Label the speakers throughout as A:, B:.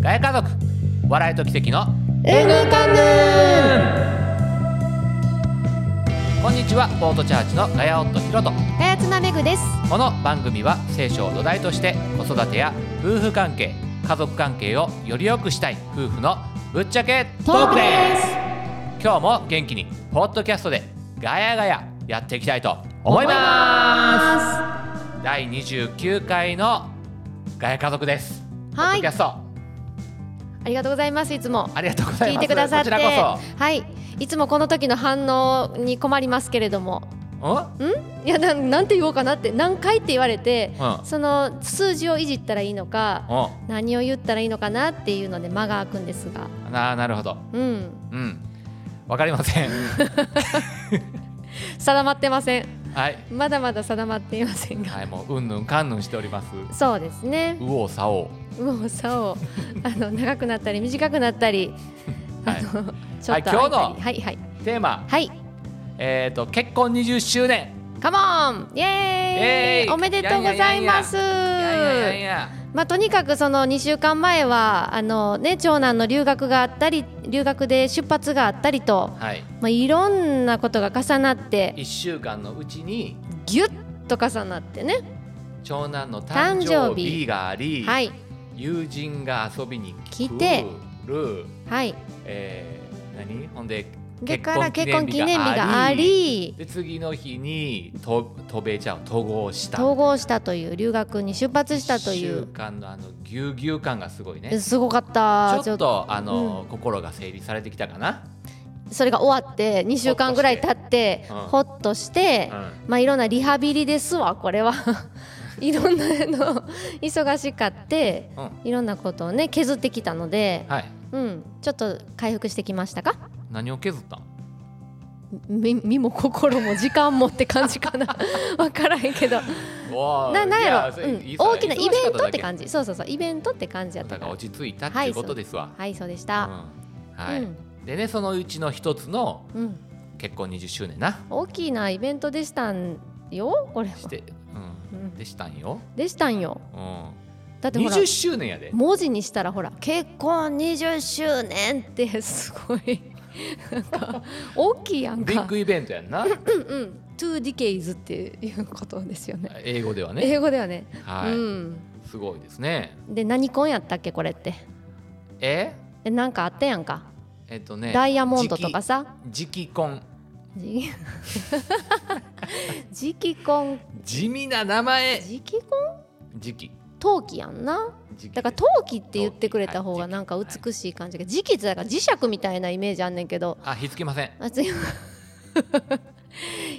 A: ガヤ家族笑いと奇跡の
B: 演芸関連
A: こんにちはボートチャーチのガヤ夫ヒロと
B: ガヤツナメグです
A: この番組は聖書を土台として子育てや夫婦関係家族関係をより良くしたい夫婦のぶっちゃけトークです今日も元気にポッドキャストでガヤガヤやっていきたいと思います第29回のガヤ家族です
B: は
A: ポッド
B: い
A: キャスト
B: ありがとうございますいつも
A: ありがとうござい
B: 聞
A: ます
B: いてくださって
A: こちら
B: はいいつもこの時の反応に困りますけれども
A: こそ
B: いやなんなんて言おうかなって何回って言われて、
A: うん
B: その数字をいじったらいいのか
A: うん
B: 何を言ったらいいのかなっていうので間が空くんですが
A: うんななるほど
B: うん
A: うんわかりません
B: 定まってません
A: はい
B: まだまだ定まっていません が
A: はいもううんぬんかんぬんしております
B: そうですね
A: 右往左往
B: もうさをあの長くなったり短くなったり、
A: はい
B: あ のちょっと
A: 今日の
B: 空いたりはいはい
A: テーマ
B: はい
A: えっ、と結婚20周年
B: カモンイ
A: イ
B: エーイ
A: エーイ
B: おめでとうございます
A: いやいやいや
B: まあとにかくその2週間前はあのね長男の留学があったり留学で出発があったりと、
A: はい
B: まあ、いろんなことが重なって
A: 1週間のうちに
B: ギュッと重なってね
A: 長男の誕
B: 誕
A: 生
B: 生日
A: 日があり、
B: はい
A: 友人が遊びに来
B: 来て
A: る、
B: はい
A: えー、何ほんで
B: でから結婚記念日があり
A: で次の日にと渡米ちゃんを統合した
B: 統合したという留学に出発したとい
A: 一週
B: う
A: 間のあのぎゅうぎゅう感がすごいね
B: すごかった
A: ちょっとあの、心が整理されてきたかな、
B: それが終わって2週間ぐらい経って
A: ほ
B: ほっとして、
A: うん
B: まあいろんなリハビリですわこれは いろんなあの忙しかって
A: うん、
B: いろんなことをね削ってきたので、
A: はい
B: うん、ちょっと回復してきましたか
A: 何を削ったん
B: 身身も心も時間もって感じかな わからへんけど
A: おー
B: ななん
A: い
B: やろ
A: そうれ
B: ん
A: いい
B: 大きなイベ
A: 忙しか
B: ントっ
A: だ
B: て感じそうそうそうイベントって感じやっ
A: け
B: た
A: だか
B: か
A: らら落ち着いたっていうことですわ、
B: はいそうでし
A: うん
B: た、
A: はい
B: うん
A: でねそのうちの一つの
B: うん、
A: 結婚20周年な
B: 大きなイベントでしたんよこれは
A: して、う
B: うん
A: ん、でしたんよ、
B: でしたんよ
A: うん、
B: だってほら
A: 20周年やで
B: 文字にしたらほら「結婚20周年」ってすごいなんか大きいやん
A: ビッ
B: か
A: グイベントやん な
B: うんうん「2 decades」っていうことですよね
A: 英語ではね
B: 英語ではね、
A: はい、
B: うん
A: すごいですね
B: で何婚やったっけこれって
A: え
B: でなんかあったやんか、
A: えっとね
B: ダイヤモンドとかさ
A: 時期婚
B: じ時期婚
A: 地味な名前
B: 時期婚
A: 時期
B: 陶器やんな
A: 時期
B: だから陶器って言ってくれた方がなんか美しい感じが時期ってだから磁石みたいなイメージあんねんけど
A: あ、ひっつきません。
B: あつい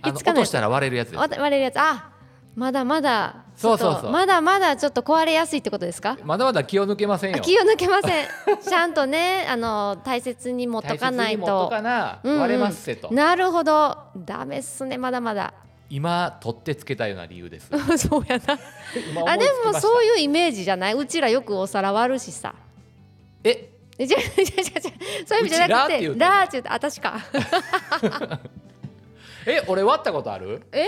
A: あの
B: つ
A: 落
B: かない
A: としたら割れるやつです。
B: わた割れるやつあまだまだ
A: そうそうそう
B: ちょっとまだまだちょっと壊れやすいってことですか
A: まだまだ気を抜けません
B: あ
A: よ。
B: 気を抜けま せんちゃんとねあの大切に持っとかな
A: 大切に
B: い
A: 持っ
B: と
A: かな
B: うんうん
A: 割れますせと。
B: なるほどダメっすねまだまだ
A: 今取ってつけたような理由です。
B: そうやな
A: 今思い
B: あで
A: つきま
B: も
A: した
B: そういうイメージじゃないうちらよくお皿割るしさ
A: え、
B: え違う違う違う違うそういう意味じ
A: う
B: ゃなく
A: ちらって言う
B: て
A: て
B: ラーって言うと私か
A: え、俺割ったことある？
B: え？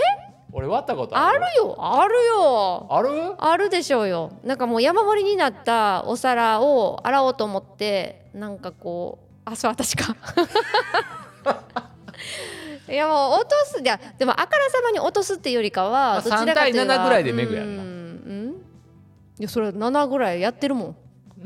A: 俺割ったこと
B: あ
A: ある？
B: るよあるよ
A: ある？
B: あるでしょうよなんかもう山盛りになったお皿を洗おうと思ってなんかこうあそう 私かいやもう落とすじゃでもあからさまに落とすっていうよりか
A: まあ
B: はどちらかというと
A: 3対7ぐらいでめぐやんな
B: うんうんいやそれ7ぐらいやってるも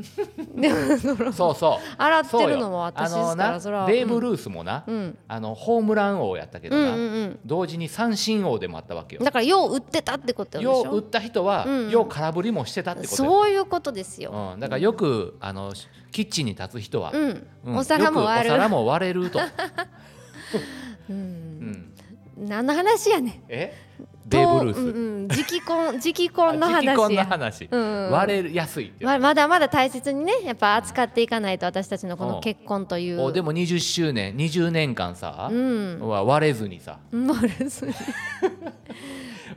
B: んでもその
A: そうそう。
B: 洗っ
A: そう
B: て
A: よ
B: るのも私ですか
A: あの
B: ら
A: な
B: それは
A: ベーブルースもな、
B: うんうん
A: あのホームラン王やったけど
B: うん
A: な、
B: うん
A: 同時に三振王でもあったわけ
B: うん
A: よ。
B: だからよう売ってたってことでし
A: よう打っ
B: ょ
A: た人は、
B: うんうん
A: よう空振りもしてたってことよ。
B: そういうことですよ、
A: うん、だからよくあのキッチンに立つ人は、
B: うん
A: うん
B: お皿も割
A: よくお皿
B: る、
A: も割れると、 う
B: う、
A: んん、
B: 何の話やねん
A: えベーブルース、
B: とうんうん、直 婚直婚の
A: あ
B: 話
A: 直
B: や
A: 婚の話、
B: うん
A: 割れるやすいって、
B: ままだまだ大切にねやっぱ扱っていかないと私たちの
A: う
B: こ
A: ん
B: の結婚という、
A: おでも20周年20年間さ、
B: うん
A: は割れずにさ
B: もう別に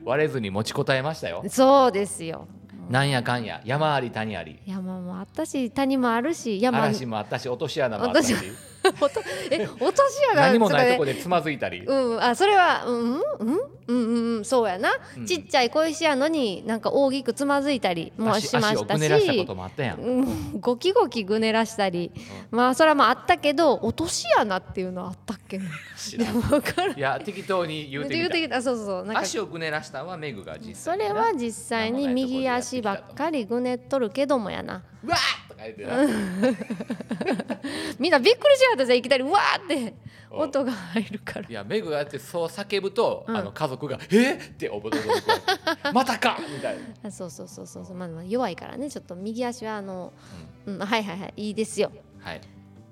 A: 割れずに持ちこたえましたよ、
B: そうですよ
A: なんやかんや山あり谷あり
B: 山もあったし谷もあるし山
A: 嵐もあったし落とし穴もあったし
B: 落おと え落とし穴
A: 何
B: と
A: も
B: か
A: ないと
B: ね
A: こでつまずいたり、
B: うん、あそれはうんうんうんうんうんそうやな、
A: うん
B: ちっちゃい小石やのになんか大きくつまずいたりもし
A: 足
B: ま
A: 足を
B: した
A: ぐ
B: し
A: ねらしたこともあったやん、
B: うんゴキゴキぐねらしたりまあそれはまああったけど落とし穴っていうのはあったっけな
A: 知
B: で
A: らん
B: も分からん
A: いや適当に言うてみた
B: きたあそうそうそうなんか
A: 足をぐねらしたんはメグが実
B: そ
A: 際に
B: れ
A: な
B: は実際に右足ばっかりぐねっとるけどもやな
A: うわーとか言ってな
B: みんなびっくりしやがったぜいきなりうわーって
A: うん
B: 音が入るから
A: いやメグがやってそう叫ぶと、
B: うん
A: あの家族が「えっ!」って驚くわけまたかみたいな、
B: あそうそうそうそうそうまあまあ弱いからねちょっと右足はあのうんはいはいはいいいですよ
A: うんはい、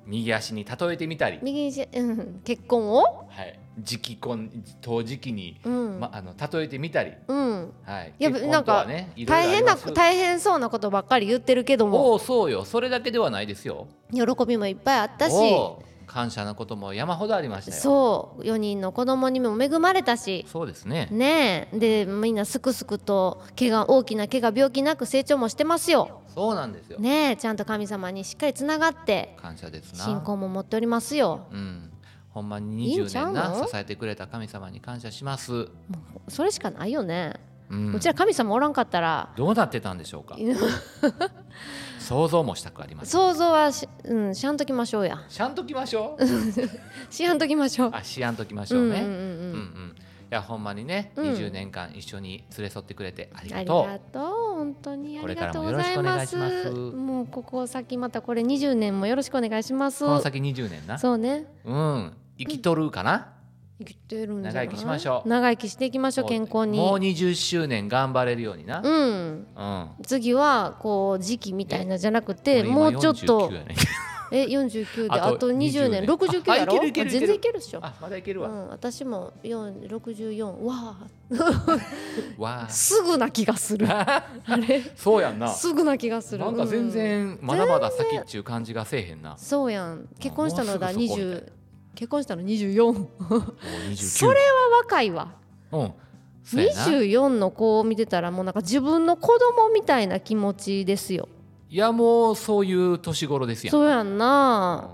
A: 右足に例えてみたり、
B: 右足うん結婚を
A: はい、直婚当時期に、
B: うん、
A: ま、あの例えてみたり、
B: うん
A: はい、
B: いや
A: 結婚とはねいろいろあ
B: 大
A: り
B: 変
A: ま
B: な
A: す
B: 大変そうなことばっかり言ってるけども
A: おおそうよそれだけではないですよ
B: 喜びもいっぱいあったし
A: おう感謝なことも山ほどありましたよそう
B: そう4人の子供にも恵まれたし
A: ですね
B: ねえでみんなすくすくと怪我大きな怪我病気なく成長もしてますよ
A: そうなんですよ、
B: ねえちゃんと神様にしっかりつながって
A: 感謝ですな
B: 信仰も持っておりますよ
A: うんほんま
B: い
A: に
B: い
A: 20
B: んちゃ
A: 年
B: うの
A: な支えてくれた神様に感謝します、
B: それしかないよね、
A: うん
B: うちら神様おらんかったら
A: どうなってたんでしょうか想像もしたくありません
B: 想像はし,、うん、しやんときましょうや
A: しゃんときましょう
B: しやんときましょう
A: あしやんときまし
B: う
A: ょうん
B: うんう
A: ね、うん
B: ん
A: う
B: うん
A: んいやほんまにね、
B: うん
A: 20年間一緒に連れ添ってくれてあり
B: あ
A: が
B: り
A: とう
B: がとう本当にありがとう
A: こ
B: ご
A: れからも
B: ざい
A: よろ
B: ま
A: しくお
B: す
A: 願いします
B: もうここ先またこれ20年もよろしくお願いします
A: この先20年な
B: そうね
A: うん生きとるかな、
B: 生きてるんじゃない
A: 長生きしましょう
B: 長生きしていきましょう健康に
A: もう20周年頑張れるようにな、
B: うん
A: うん
B: 次はこう時期みたいなじゃなくて
A: 俺今
B: もうちょっと
A: 49やねん
B: え49で
A: あと
B: あと20
A: 20年
B: 年69やろ
A: あいけるいけるいける
B: 全然いけるっしょ
A: あまだいける
B: う
A: わ、
B: ん私も4 64わ
A: わ
B: あ
A: あ
B: すぐな気がするあれ
A: そうやんな
B: すぐな気がする
A: なんか全
B: うん
A: 然まだまだ先っちゅう感じがせえへんなも
B: そうやん結婚したの
A: も
B: が
A: うすぐそこみたい
B: 20結婚したの24
A: う29
B: それは若いわ
A: うんそうやな
B: 24の子を見てたらもうなんか自分の子供みたいな気持ちですよ
A: いやもうそういう年頃ですやん
B: そうやんな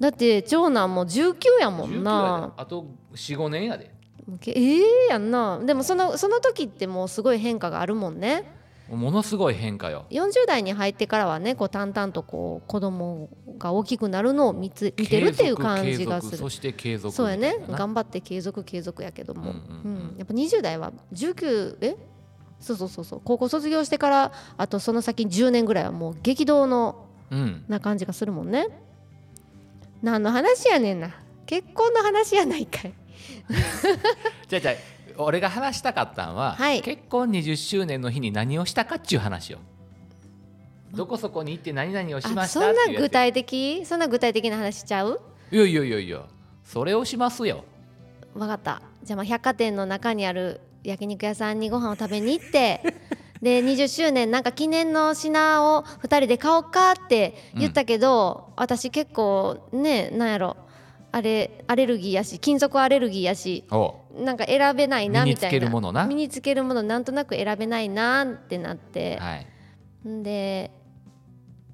B: だって長男も19やもん
A: 19やで
B: な
A: あと45年やで
B: けええやんなでもそのその時ってもうすごい変化があるもんね
A: ものすごい変化よ
B: 40代に入ってからはねこう淡々とこう子供が大きくなるのを見つ見てるっていう感じ
A: 継続継
B: が
A: 続
B: す
A: そ
B: る
A: して継続
B: そうやね
A: みたいな
B: 頑張って継続継続やけども、
A: う
B: うんん
A: うんうん
B: やっぱ20代は19えそうそうそうそう高校卒業してからあとその先10年ぐらいはもう激動の
A: うん
B: な感じがするもんね何の話やねんな結婚の話やないかい
A: じゃあじゃあ俺が話したかったんは、
B: はい
A: 結婚20周年の日に何をしたかっちゅう話よどこそこに行って何々をしま
B: あ
A: した
B: そん
A: っ
B: な
A: ていうやつ
B: 具体的そんな具体的な話しちゃう
A: いやいやいやいやそれをしますよ
B: わかったじゃあまあ百貨店の中にある焼肉屋さんにご飯を食べに行って で20周年なんか記念の品を2人で買おうかって言ったけど、私結構ねなんやろあれアレルギーやし金属アレルギーやしなんか選べないな
A: 身
B: み
A: につ
B: たいな
A: けるものな
B: 身につけるものなんとなく選べないなってなって、
A: はい
B: んで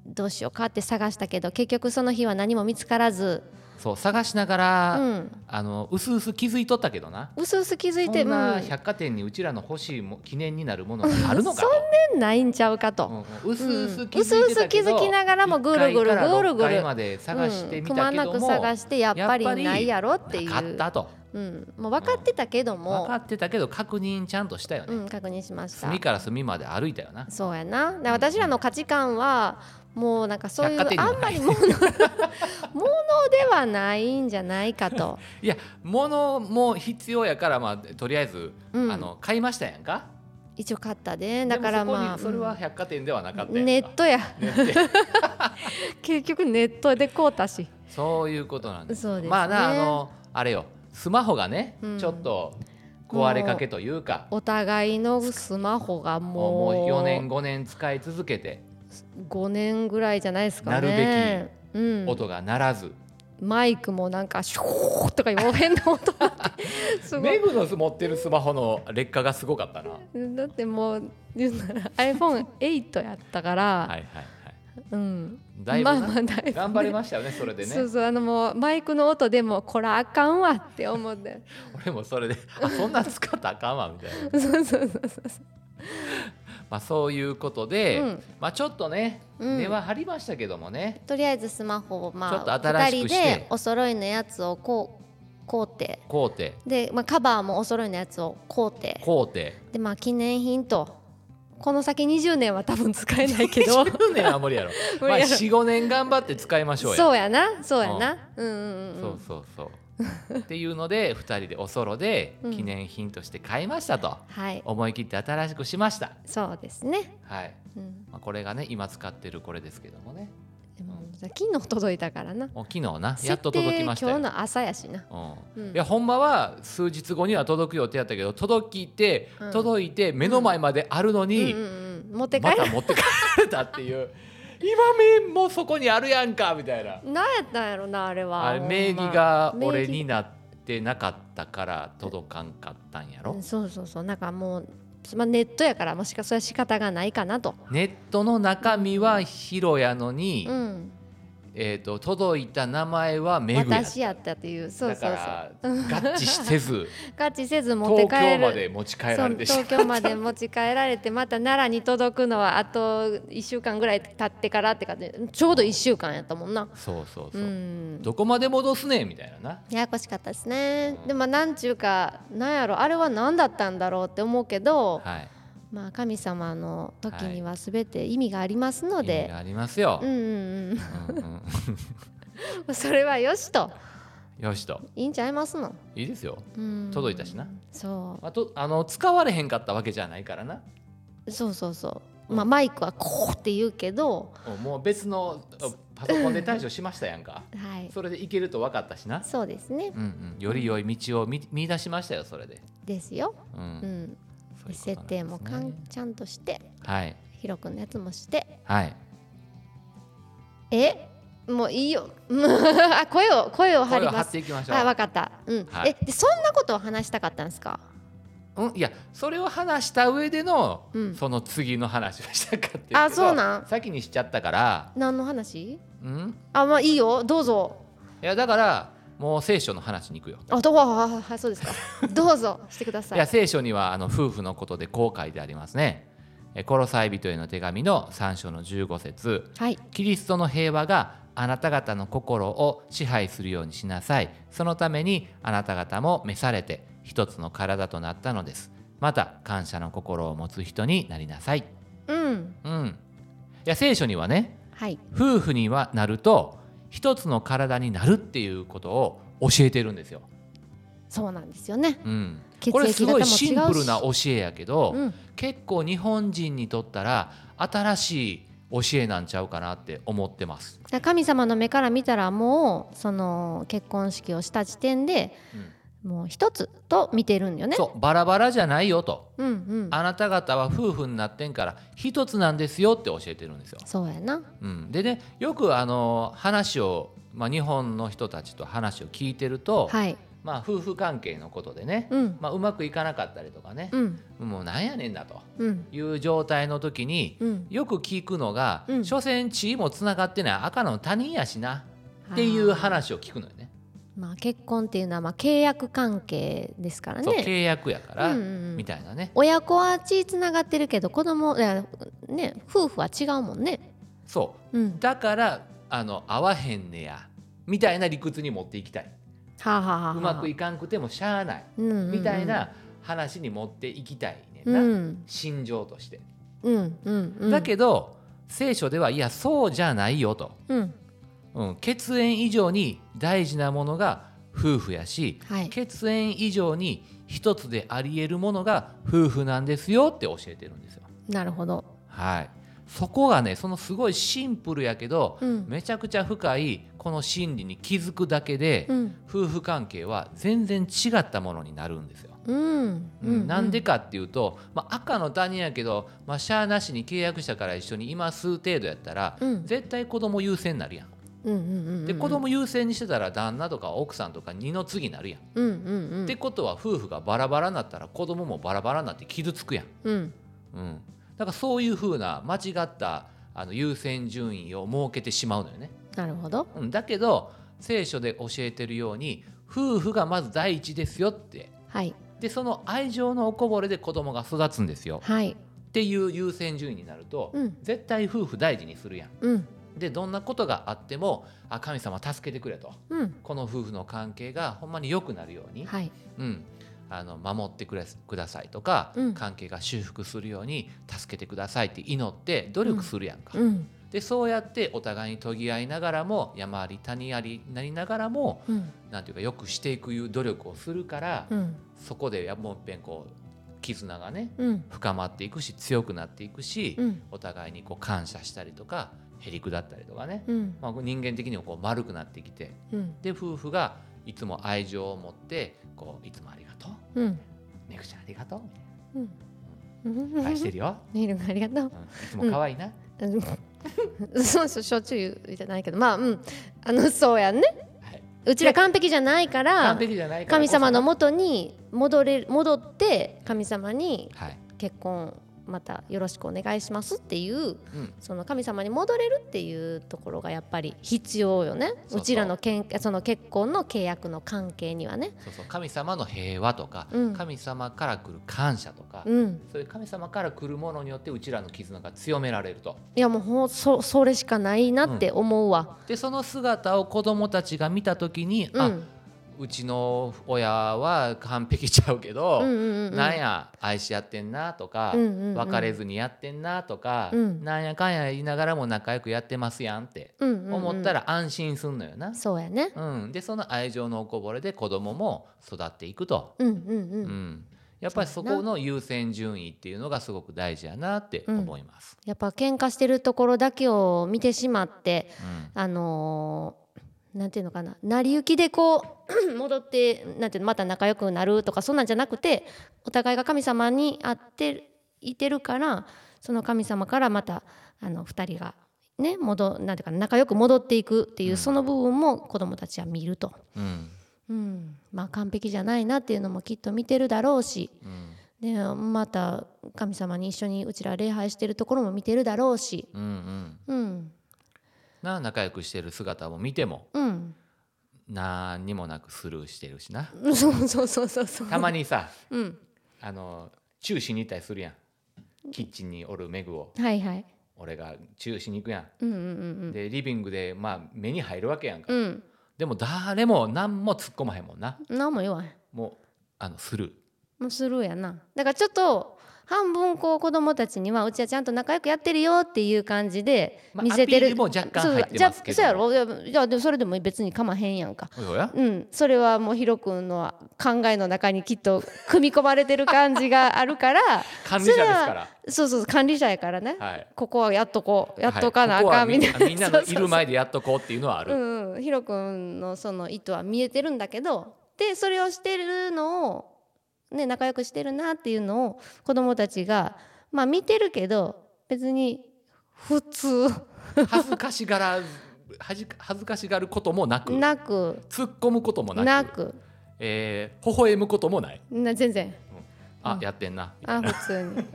B: どうしようかって探したけど結局その日は何も見つからず
A: そう探しながら、
B: うん
A: あのうすうす気づいとったけどな
B: うすうす気づいて
A: そんな
B: うん
A: 百貨店にうちらの欲しいも記念になるものがあるのかと
B: ないんちゃうかと。
A: うんうすうす気づいて
B: うんうすう
A: た
B: す気
A: けど
B: づきながらもぐるぐる
A: 一階から
B: ぐるぐる
A: 六階まで探してみ
B: うん、くま
A: たけ
B: な
A: ど
B: く
A: も、
B: 探してやっぱりないやろっていう
A: なかったと
B: うん、もう分かってたけど
A: 分か
B: も、
A: ってたけど確認ちゃんとしたよ
B: う
A: ね、
B: ん、確認しました
A: 隅から隅まで歩いたよな
B: そうやなで私らの価値観はもうなんかそういう
A: 百貨店
B: あ
A: には
B: んま
A: ない
B: りものものではないんじゃないかと、
A: いや物も必要やからまあとりあえず、
B: うん、
A: あの買いましたやんか
B: 一応買ったでだから
A: でもそこに
B: まあ
A: それは百貨店ではなかったやんか、
B: ネットや
A: ネットや
B: 結局ネットで買うたし
A: そういうことなんですよ
B: そうですね
A: まあなあのあれよスマホがね、
B: うん
A: ちょっと壊れかけというか
B: お互いのスマホが
A: も
B: も
A: う
B: う
A: 4年5年使い続けて
B: 5年ぐらいじゃないですかね
A: なる
B: べき、うん、
A: 音が鳴らず、
B: マイクもなんかシューとかいう変な音があってすご
A: メ
B: い
A: グの持ってるスマホの劣化がすごかったな。は
B: だってもう言うなら iPhone8 やったから、
A: いはいはい。
B: うん
A: だいぶ
B: ま
A: な
B: あまあだいぶね
A: 頑張りましたよねそれでね
B: そうそうあのもうマイクの音でもこらあかんわって思って
A: 俺もそれであそんなん使ったらあかんわみたいな、
B: そうそうそうそう
A: まあ、そういうことで、
B: うん
A: まあちょっとね
B: うん
A: 根は張りましたけどもね、
B: とりあえずスマホを
A: ちょ
B: ま
A: っと
B: あ
A: 新し
B: 2人
A: くして
B: でお揃いのやつをこうこうて
A: こうて
B: で、まあ、カバーもお揃いのやつをこうて
A: こうて
B: でまあ記念品とこの先20年は多分使えない け ど
A: 10年は無理やろ
B: 無理
A: まあ
B: やろ
A: 45年頑張って使いましょうや
B: そうやなそうやなうんうんう
A: そ
B: ん
A: うそうそうっていうので2人でおソロで
B: うん
A: 記念品として買いましたと、
B: はい
A: 思い切って新しくしました
B: そうですね、
A: はい、
B: うん、
A: まあ、これがね今使ってるこれですけどもね
B: でも昨日届いたからな
A: もう昨日なやっと届きました
B: 設
A: よ
B: 定今日の朝やしな
A: う
B: う
A: い
B: んん
A: やほんまは数日後には届く予定やったけど届いて
B: うん
A: 届いて目の前まであるのに、
B: うんうんうん、持って帰
A: ま
B: る
A: た持って帰られたって いう今面もそこにあるやんかみたいな
B: 何やったんやろなあれは
A: あれ
B: ほんま
A: 名義が俺
B: 名義
A: になってなかったから届かんかったんやろ、
B: うんそうそうそうなんかもう、まあ、ネットやからもしかそれは仕方がないかなと
A: ネットの中身はヒロやのに、
B: うん
A: えー、と届いた名前はメグや
B: 私やったっていうそう
A: だ
B: そうそう
A: から合致せず
B: ガチせ ず持って
A: 東
B: 帰る
A: 京まで持ち帰られてし
B: そう
A: まっ
B: 東
A: た
B: 京まで持ち帰られてまた奈良に届くのはあと1週間ぐらい経ってからって感じちょうど1週間やったもんな
A: そうそう
B: う
A: そう、
B: ん
A: どこまで戻すねんみたいなな
B: ややこしかったですねでもなんちゅうかなんやろあれは何だったんだろうって思うけど、
A: はい
B: まあ神様の時には全て意味がありますの
A: 意味
B: で、
A: がありますよ、
B: うんうん
A: うんうん
B: うんそれはよしと
A: よしと
B: いいんちゃいますの、
A: いいですよ
B: うん
A: 届いたしな
B: そ
A: あとあの使われへんかったわけじゃないからな
B: うそうそうそうまあマイクはこうって言うけど
A: もう別のパソコンで対処しましたやんか
B: はい
A: それでいけると分かったしな、
B: そうですね
A: うんうん、より良い道を見見出しましたよそれで、
B: ですよ、
A: うん
B: うん、
A: そういうことなんですね
B: 設定もかんちゃんとして
A: はい
B: ヒロ君のやつもして
A: はい
B: えもういいよ あ声を声を張
A: これ
B: り
A: を張
B: ま
A: っ
B: す
A: ていきましょう、
B: あ分かった、うん
A: はい
B: えでそんなことを話したかったんですか
A: うん、いやそれを話した上での、
B: うん
A: その次の話をしたかっていうけど
B: あそうなん
A: 先にしちゃったから
B: 何の話
A: うん
B: あまあいいよどうぞ
A: いやだからもう聖書の話に行くよ
B: あどうあはいそうです かどうぞしてくださ
A: い
B: い
A: や聖書にはあの夫婦のことでこう書いてありますね。えコロサイ人への手紙の3章の15節
B: はい
A: キリストの平和があなた方の心を支配するようにしなさい。そのためにあなた方も召されて一つの体となったのです。また感謝の心を持つ人になりなさい。
B: うん
A: うん。いや聖書にはね
B: はい
A: 夫婦にはなると一つの体になるっていうことを教えてるんですよ。
B: そうなんですよね
A: うん。
B: 血液
A: これすごい
B: 型も違うし
A: シンプルな教えやけど。
B: うん
A: 結構日本人にとったら新しい教えなんちゃうかなって思ってます。
B: 神様の目から見たらもうその結婚式をした時点でもう一つと見てるんよね
A: そうバラバラじゃないよと
B: うんうん
A: あなた方は夫婦になってんから一つなんですよって教えてるんですよ。
B: そうやな
A: うん、でねよくあの話を、まあ、日本の人たちと話を聞いてると、
B: はい
A: まあ、夫婦関係のことでね、
B: うん
A: まあ、うまくいかなかったりとかね、
B: うん
A: もうなんやねんだと
B: うん
A: いう状態の時に
B: うん
A: よく聞くのが、
B: うん
A: 所詮地位もつながってない赤の他人やしなっていう話を聞くのよね。
B: まあ結婚っていうのはまあ契約関係ですから
A: そう
B: ね
A: 契約やから、
B: うんうんうん
A: みたいなね
B: 親子は血つながってるけど子供いやね夫婦は違うもんね
A: そううんだからあの合わへんねやみたいな理屈に持っていきたい
B: はあ、はあはあ、
A: うまくいかんくてもしゃあない
B: うんうんうん
A: みたいな話に持っていきたいねん
B: う
A: な、
B: ん
A: 心情として。
B: うんうんうん
A: だけど聖書ではいやそうじゃないよと、
B: うん
A: うん、血縁以上に大事なものが夫婦やし
B: はい
A: 血縁以上に一つでありえるものが夫婦なんですよって教えてるんですよ。
B: なるほど
A: はい、そこがねそのすごいシンプルやけど、
B: うん
A: めちゃくちゃ深いこの心理に気づくだけで、
B: うん
A: 夫婦関係は全然違ったものになるんですよ。
B: うん
A: うんなんでかっていうと、まあ、赤の他人やけど、まあ、シャアなしに契約者から一緒にいます程度やったら、
B: うん
A: 絶対子供優先になるやん。
B: うんうんうんうん
A: で子供優先にしてたら旦那とか奥さんとか二の次になるやん。
B: うんうんうん
A: ってことは夫婦がバラバラになったら子供もバラバラになって傷つくやん。
B: うん
A: うん、だからそういうふうな間違ったあの優先順位を設けてしまうのよね。
B: なるほど
A: うん、だけど聖書で教えてるように夫婦がまず第一ですよって
B: はい
A: でその愛情のおこぼれで子供が育つんですよ
B: はい
A: っていう優先順位になると、
B: うん
A: 絶対夫婦大事にするやん。
B: うん
A: でどんなことがあってもあ神様助けてくれと
B: うん
A: この夫婦の関係がほんまに良くなるように、
B: はい
A: うん、あの守ってくれくださいとか、
B: うん
A: 関係が修復するように助けてくださいって祈って努力するやんか、
B: うん
A: でそうやってお互いに研ぎ合いながらも山あり谷ありになりながらも
B: うん
A: なんていうかよくしていくいう努力をするから、
B: うん
A: そこでやもういっぺんこう絆がね
B: うん
A: 深まっていくし強くなっていくし、
B: うん
A: お互いにこう感謝したりとかへりくだったりとかね、
B: うん
A: まあ、人間的にもこう丸くなってきて
B: うん
A: で夫婦がいつも愛情を持ってこういつもありがとう
B: うん
A: めぐちゃんありがとうみたい
B: うん
A: な愛してるよ、
B: メールがありがとう
A: うん、いつも可愛いな、
B: うんそうそうしょっちゅう言うじゃないけどまあうんあのそうやんね
A: はい、
B: うちら完璧じゃないから
A: 完璧じゃないからこ
B: 神
A: そ
B: 様のもとに戻れ戻って神様に
A: はい、
B: 結婚またよろしくお願いしますっていう
A: うん、
B: その神様に戻れるっていうところがやっぱり必要よね
A: そう
B: う
A: そう
B: ちらのけんその結婚の契約の関係にはね
A: そうそう神様の平和とか、
B: うん
A: 神様から来る感謝とか、
B: うん
A: そういう神様から来るものによってうちらの絆が強められると
B: いやもうほんそそれしかないなって思うわ
A: でその姿を子供たちが見た時に、
B: うん
A: あ
B: うん
A: うちの親は完璧ちゃうけど、
B: うんうんうん
A: なんや愛し合ってんなとか、
B: うんうんうん
A: 別れずにやってんなとか、
B: うん
A: なんやかんや言いながらも仲良くやってますやんって
B: うんうんうん
A: 思ったら安心すんのよな。
B: そうやね
A: うん、でその愛情のおこぼれで子供も育っていくと、
B: うんうんう
A: うんん、やっぱりそこの優先順位っていうのがすごく大事やなって思います。
B: やっぱ喧嘩してるところだけを見てしまって
A: うん
B: あのーなんていうのかな成り行きでこう 戻ってなんていうのまた仲良くなるとかそんなんじゃなくてお互いが神様にあっていてるからその神様からまたあの2人が、ね、戻なんていうか仲良く戻っていくっていう、その部分も子どもたちは見ると、
A: うん
B: うんまあ、完璧じゃないなっていうのもきっと見てるだろうし
A: うん
B: でまた神様に一緒にうちら礼拝してるところも見てるだろうし。
A: うんうん、
B: うん
A: な仲良くしてる姿を見ても
B: うん、
A: 何にもなくスルーしてるしな
B: そうそうそうそうそう。
A: たまにさ
B: うん、
A: あのチューしに行ったりするやんキッチンにおるメグを
B: はいはい。
A: 俺がチューしに行くや
B: うんうんうん
A: んでリビングでまあ目に入るわけやんか、
B: うん。うん、
A: でも誰も何も突っ込まへんもんな
B: 何も言わへん。
A: もうあのスルー
B: もうスルーやな。だからちょっと半分こう子供たちにはうちはちゃんと仲良くやってるよっていう感じで
A: まあ
B: 見せてる。
A: アピールも若干入ってますけど
B: そうじゃそうやろ。いやいやでもそれでも別にかまへんやんか。
A: おやおや
B: うん、それはもうヒロ君の考えの中にきっと組み込まれてる感じがあるから
A: 管理者ですから
B: そうそうそう管理者やからね、
A: はい
B: ここはやっとこうやっとかなあ
A: は
B: か
A: い
B: ん
A: こ
B: み
A: こは
B: たいな、
A: みんなみんなのい
B: そうそうそ
A: る
B: う
A: 前でやっとこうっていうのはある
B: うんうん、ヒロ君のその意図は見えてるんだけどでそれをしてるのを、ね、仲良くしてるなっていうのを子供たちがまあ見てるけど別に普通
A: 恥ずかしがら恥ず恥ずかしがることもなく
B: なく
A: 突っ込むこともなく
B: なく
A: えー微笑むこともない
B: な全然
A: あ、
B: うん
A: やってんな
B: あ普通に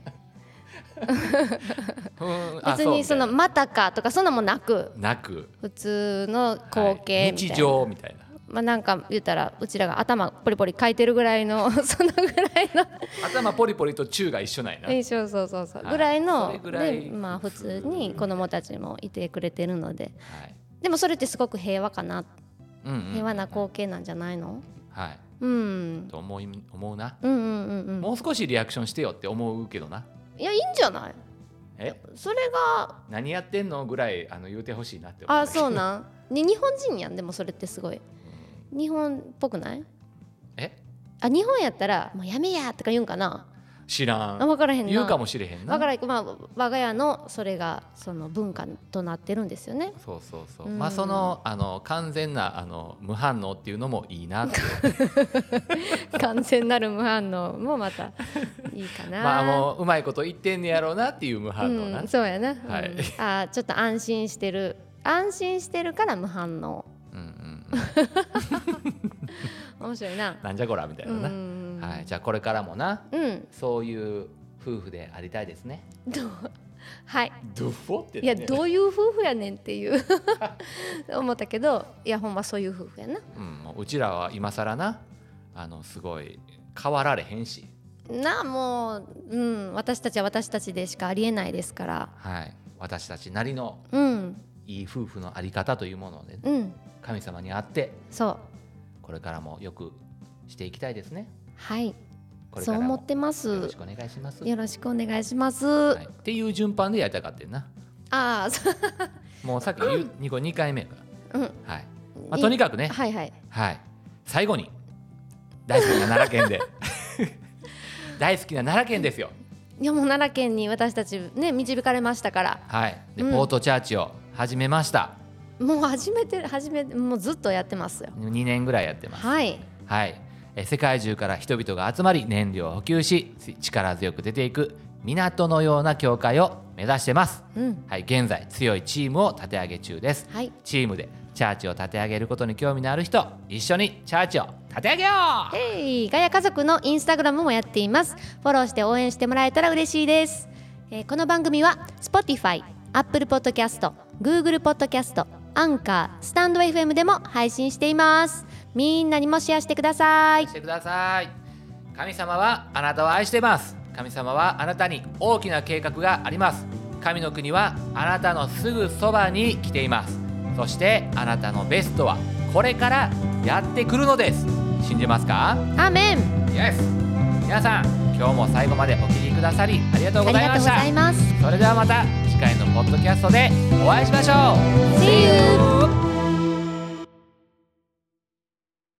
A: うんあ
B: 別
A: う
B: に
A: み
B: そ
A: たいな
B: の「またか」とかそんなもなく
A: なく
B: 普通の
A: はい
B: 光景みたいな、
A: 日常みたいな
B: まあなんか言ったらうちらが頭ポリポリかいてるぐらいの そのぐらいの
A: 頭ポリポリと中が一緒ないな
B: 印象そうそうそう
A: はい
B: ぐらい
A: それ
B: の
A: ぐらい
B: でまあ普通に子どもたちもいてくれてるので
A: はい
B: でもそれってすごく平和かな
A: うんうん
B: 平和な光景なんじゃないの
A: はい
B: うん
A: と思い思うな
B: うんうんうんうん
A: もう少しリアクションしてよって思うけどない
B: やいいんじゃない
A: え
B: それが
A: 何やってんのぐらいあの言うてほしいなって思
B: あそううなんに日本人やんでもそれってすごい日本っぽくない
A: え
B: あ日本やったら「もうやめや」とか言うんかな
A: 知ら
B: あ
A: ん
B: 分からへんな
A: 言うかもしれへんな
B: 分からへんまあ我が家のそれがその文化となってるんですよね
A: そうそうそう、
B: うん
A: まあそのあの完全なあの無反応っていうのもいいなって
B: 完全なる無反応もまたいいか な
A: まあもううまいこと言ってんねやろうなっていう無反応な、
B: うん、そうやな、
A: はい
B: うんあーちょっと安心してる安心してるから無反応
A: うんうんうん
B: 面白いな
A: なんじゃこらみたいなな、
B: うん
A: はい、じゃあこれからもな
B: うん
A: そういう夫婦でありたいですね。
B: はい
A: ドフォって
B: い
A: ね
B: やどういう夫婦やねんっていう 思ったけどいやほんまそういう夫婦やな
A: うん、もううちらは今更なあのすごい変わられへんし、
B: なあもう、うん、私たちは私たちでしかありえないですから
A: はい、私たちなりの
B: うん
A: いい夫婦のあり方というものをね
B: うん
A: 神様にあって
B: そう
A: これからもよくしていきたいですね
B: はい
A: これか
B: そう
A: ら
B: 思
A: も
B: ってます
A: よろしくお願いします、
B: よろしくお願いします、
A: はい、っていう順番でやりたかったな
B: ああそう
A: もうさっき言う2個2回目やか
B: うん
A: ら、はいまあ、とにかくね、
B: はいはい
A: はい、最後に大好きな奈良県 で大好きな奈良県ですよ
B: いやもう奈良県に私たちね導かれましたから
A: はいで、
B: うん
A: ポートチャーチを始めました
B: もう初めて初めてもうずっとやってますよ
A: 2年ぐらいやってます
B: はい
A: はい、えー世界中から人々が集まり燃料を補給し力強く出ていく港のような教会を目指してます、
B: うん
A: はい、現在強いチームを立て上げ中です
B: はい
A: チームでチャーチを立て上げることに興味のある人一緒にチャーチを立て上げよう
B: ヘイガヤ家族のインスタグラムもやっていますフォローして応援してもらえたら嬉しいです、えーこの番組は Spotify、Apple Podcast、Google Podcast、アンカー、スタンド FM でも配信していますみんなにもシェアしてください
A: してください神様はあなたを愛しています神様はあなたに大きな計画があります神の国はあなたのすぐそばに来ていますそしてあなたのベストはこれからやってくるのです信じますか
B: アーメン
A: イエス皆さん今日も最後までお聞きくださりありがとう
B: あ
A: ご
B: り
A: ざいま
B: がとう
A: し
B: ご
A: た
B: ざいます
A: それではまた次回のポッドキャストでお会いしましょう
B: See you!